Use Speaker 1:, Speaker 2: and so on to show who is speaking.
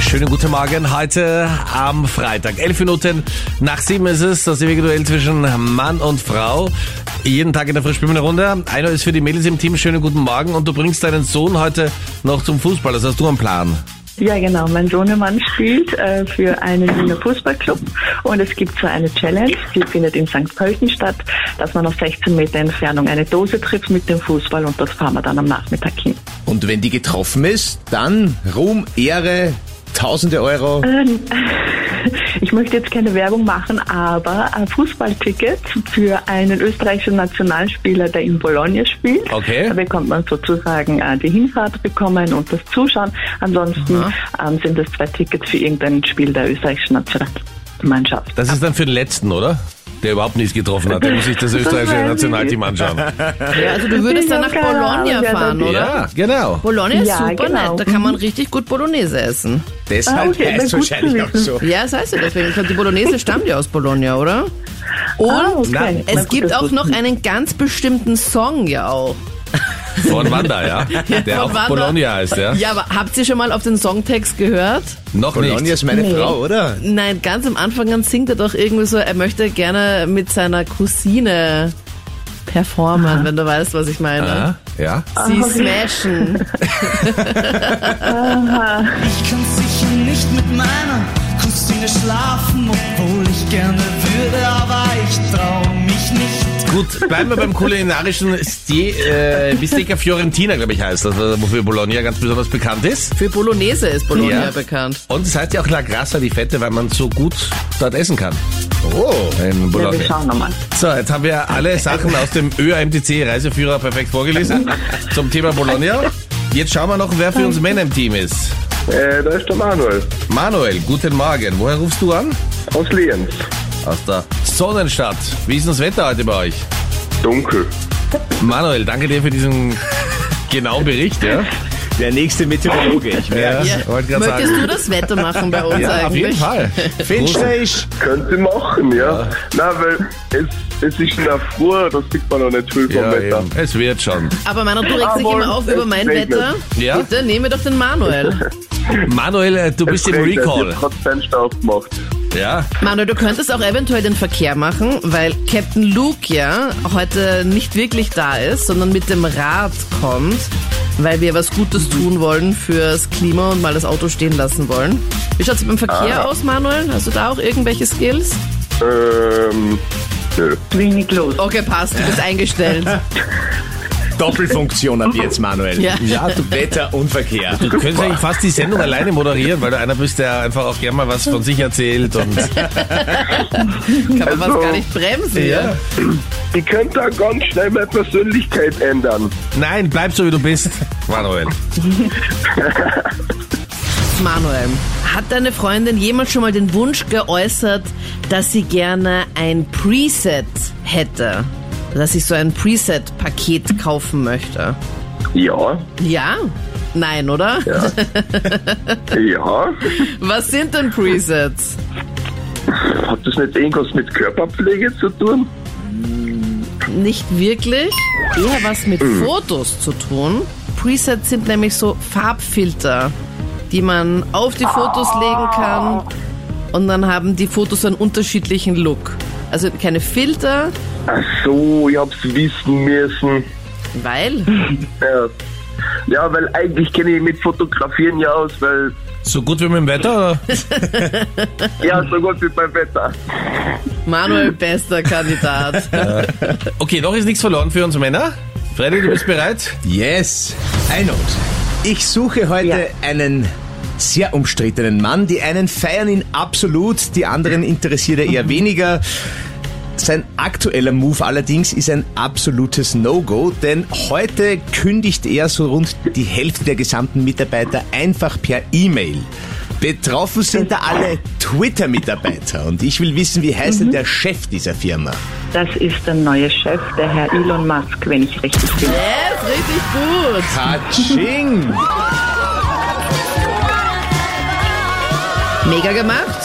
Speaker 1: Schönen guten Morgen heute am Freitag. Elf Minuten nach sieben ist es, das ewige Duell zwischen Mann und Frau. Jeden Tag in der Frischspielrunde. Einer ist für die Mädels im Team. Schönen guten Morgen. Und du bringst deinen Sohn heute noch zum Fußball. Das hast du am Plan.
Speaker 2: Ja, genau. Mein Sohnemann spielt äh, für einen Wiener Fußballclub und es gibt so eine Challenge, die findet in St. Pölten statt, dass man auf 16 Meter Entfernung eine Dose trifft mit dem Fußball und das fahren wir dann am Nachmittag hin.
Speaker 3: Und wenn die getroffen ist, dann Ruhm, Ehre, tausende Euro.
Speaker 2: Ähm, ich möchte jetzt keine Werbung machen, aber ein Fußballticket für einen österreichischen Nationalspieler, der in Bologna spielt.
Speaker 1: Okay.
Speaker 2: Da bekommt man sozusagen äh, die Hinfahrt bekommen und das Zuschauen. Ansonsten ähm, sind es zwei Tickets für irgendein Spiel der österreichischen Nationalmannschaft.
Speaker 1: Das ist dann für den letzten, oder? Der überhaupt nichts getroffen hat. Der muss sich das österreichische
Speaker 2: weiß ich
Speaker 1: Nationalteam anschauen.
Speaker 4: Ja, also du würdest
Speaker 2: Ich
Speaker 4: dann
Speaker 2: hab
Speaker 4: nach
Speaker 2: keine
Speaker 4: Bologna
Speaker 2: Ahnung, ja,
Speaker 4: fahren,
Speaker 2: dann-
Speaker 4: oder?
Speaker 1: Ja, genau.
Speaker 4: Bologna ist
Speaker 2: Ja,
Speaker 4: super
Speaker 2: genau.
Speaker 4: nett, da kann man richtig gut Bolognese essen.
Speaker 3: Deshalb
Speaker 2: Ah, okay,
Speaker 3: heißt es
Speaker 2: na, gut zu
Speaker 3: wahrscheinlich auch
Speaker 2: wissen.
Speaker 3: so.
Speaker 4: Ja, das heißt ja deswegen. Ich glaube, die Bolognese stammt ja aus Bologna, oder? Und
Speaker 2: Ah, okay. Na,
Speaker 4: es
Speaker 2: gut,
Speaker 4: gibt
Speaker 2: das
Speaker 4: auch
Speaker 2: wusste
Speaker 4: noch
Speaker 2: ich.
Speaker 4: einen ganz bestimmten Song ja auch.
Speaker 1: Von Wanda, ja. Der
Speaker 4: von
Speaker 1: auch
Speaker 4: Wanda.
Speaker 1: Bologna heißt, ja.
Speaker 4: Ja, aber habt ihr schon mal auf den Songtext gehört?
Speaker 1: Noch
Speaker 3: Bologna
Speaker 1: nicht.
Speaker 3: ist meine
Speaker 2: Nee.
Speaker 3: Frau, oder?
Speaker 4: Nein, ganz am Anfang dann singt er doch irgendwie so, er möchte gerne mit seiner Cousine performen, wenn du weißt, was ich meine.
Speaker 1: Ja, ja.
Speaker 4: Sie
Speaker 2: Ah, okay.
Speaker 4: smashen.
Speaker 5: Ich kann sicher nicht mit meiner Cousine schlafen, obwohl ich gerne würde, aber ich trau mich nicht.
Speaker 1: Gut, bleiben wir beim kulinarischen Ste äh, Bistecca Fiorentina, glaube ich, heißt das, äh, wofür Bologna ganz besonders bekannt ist.
Speaker 4: Für Bolognese ist Bologna
Speaker 1: Ja.
Speaker 4: bekannt.
Speaker 1: Und es heißt ja auch La Grassa, die Fette, weil man so gut dort essen kann
Speaker 3: Oh.
Speaker 1: in
Speaker 2: Ja, wir
Speaker 1: Bologna.
Speaker 2: schauen nochmal.
Speaker 1: so, jetzt haben wir alle Sachen aus dem ÖAMTC-Reiseführer perfekt vorgelesen zum Thema Bologna. Jetzt schauen wir noch, wer für uns Männer im Team ist.
Speaker 6: Äh, da ist der Manuel
Speaker 1: Manuel, guten Morgen. Woher rufst du an?
Speaker 6: aus Lienz.
Speaker 1: Aus der Sonnenstadt. Wie ist denn das Wetter heute bei euch?
Speaker 6: Dunkel.
Speaker 1: Manuel, danke dir für diesen genauen Bericht, ja?
Speaker 3: Der nächste Meteorologe, ich merke.
Speaker 1: Ja, wollte gerade
Speaker 4: Möchtest
Speaker 1: sagen.
Speaker 4: du das Wetter machen bei uns
Speaker 1: Ja,
Speaker 4: eigentlich?
Speaker 1: auf jeden Fall.
Speaker 3: Finster ist.
Speaker 6: Könnt ihr machen, ja? Na, weil es, es ist in der Früh, das sieht man noch nicht viel vom
Speaker 1: Ja,
Speaker 6: Wetter.
Speaker 1: eben. es wird schon.
Speaker 4: Aber Manu, du regst dich
Speaker 6: Jawohl,
Speaker 4: immer auf über
Speaker 6: es
Speaker 4: mein
Speaker 6: regnet.
Speaker 4: Wetter.
Speaker 1: Ja.
Speaker 4: Bitte nehme doch den Manuel.
Speaker 1: Manuel, äh, du bist im
Speaker 6: regnet, Ich
Speaker 1: Recall.
Speaker 6: hab trotzdem Staub gemacht.
Speaker 1: Ja,
Speaker 4: Manuel, du könntest auch eventuell den Verkehr machen, weil Captain Luke ja heute nicht wirklich da ist, sondern mit dem Rad kommt, weil wir was Gutes tun wollen fürs Klima und mal das Auto stehen lassen wollen. Wie schaut's beim
Speaker 6: Ah.
Speaker 4: Verkehr aus, Manuel? Hast du da auch irgendwelche Skills?
Speaker 6: Ähm, nö.
Speaker 2: Wenig los.
Speaker 4: Okay, passt, du bist eingestellt.
Speaker 3: Doppelfunktion ab jetzt, Manuel.
Speaker 4: Ja.
Speaker 3: du Wetter und Verkehr.
Speaker 1: du könntest eigentlich fast die Sendung alleine moderieren, weil du einer bist, der einfach auch gerne mal was von sich erzählt. Und
Speaker 4: Kann man was
Speaker 6: Also,
Speaker 4: gar nicht bremsen.
Speaker 1: ja.
Speaker 6: Ich könnte da ganz schnell meine Persönlichkeit ändern.
Speaker 1: Nein, bleib so, wie du bist, Manuel.
Speaker 4: Manuel, hat deine Freundin jemals schon mal den Wunsch geäußert, dass sie gerne ein Preset hätte? Dass ich so ein Preset-Paket kaufen möchte?
Speaker 6: Ja,
Speaker 4: Ja? Nein, oder?
Speaker 6: ja.
Speaker 4: Was sind denn Presets?
Speaker 6: Hat das nicht irgendwas mit Körperpflege zu tun?
Speaker 4: Nicht wirklich? Eher was mit Fotos zu tun. Presets sind nämlich so Farbfilter, die man auf die Fotos legen kann und dann haben die Fotos einen unterschiedlichen Look. Also keine Filter,
Speaker 6: Ach so, ich hab's wissen müssen.
Speaker 4: weil
Speaker 6: Ja. Ja, weil eigentlich kenne ich mit Fotografieren ja aus, weil
Speaker 1: So gut wie mit dem Wetter? Oder?
Speaker 6: ja so gut wie beim Wetter.
Speaker 4: Manuel, bester Kandidat.
Speaker 1: Okay, noch ist nichts verloren für uns Männer. Freddy, du bist bereit?
Speaker 3: Yes. Einot. Ich suche heute
Speaker 2: Ja.
Speaker 3: einen sehr umstrittenen Mann. Die einen feiern ihn absolut, die anderen interessiert er eher weniger. Sein aktueller Move allerdings ist ein absolutes No-Go, denn heute kündigt er so rund die Hälfte der gesamten Mitarbeiter einfach per E-Mail. Betroffen sind da alle Twitter-Mitarbeiter und ich will wissen, wie heißt denn der Chef dieser Firma?
Speaker 2: Das ist der neue Chef, der Herr Elon Musk, wenn ich richtig bin.
Speaker 4: Yes, richtig gut.
Speaker 3: Katsching!
Speaker 4: Mega gemacht.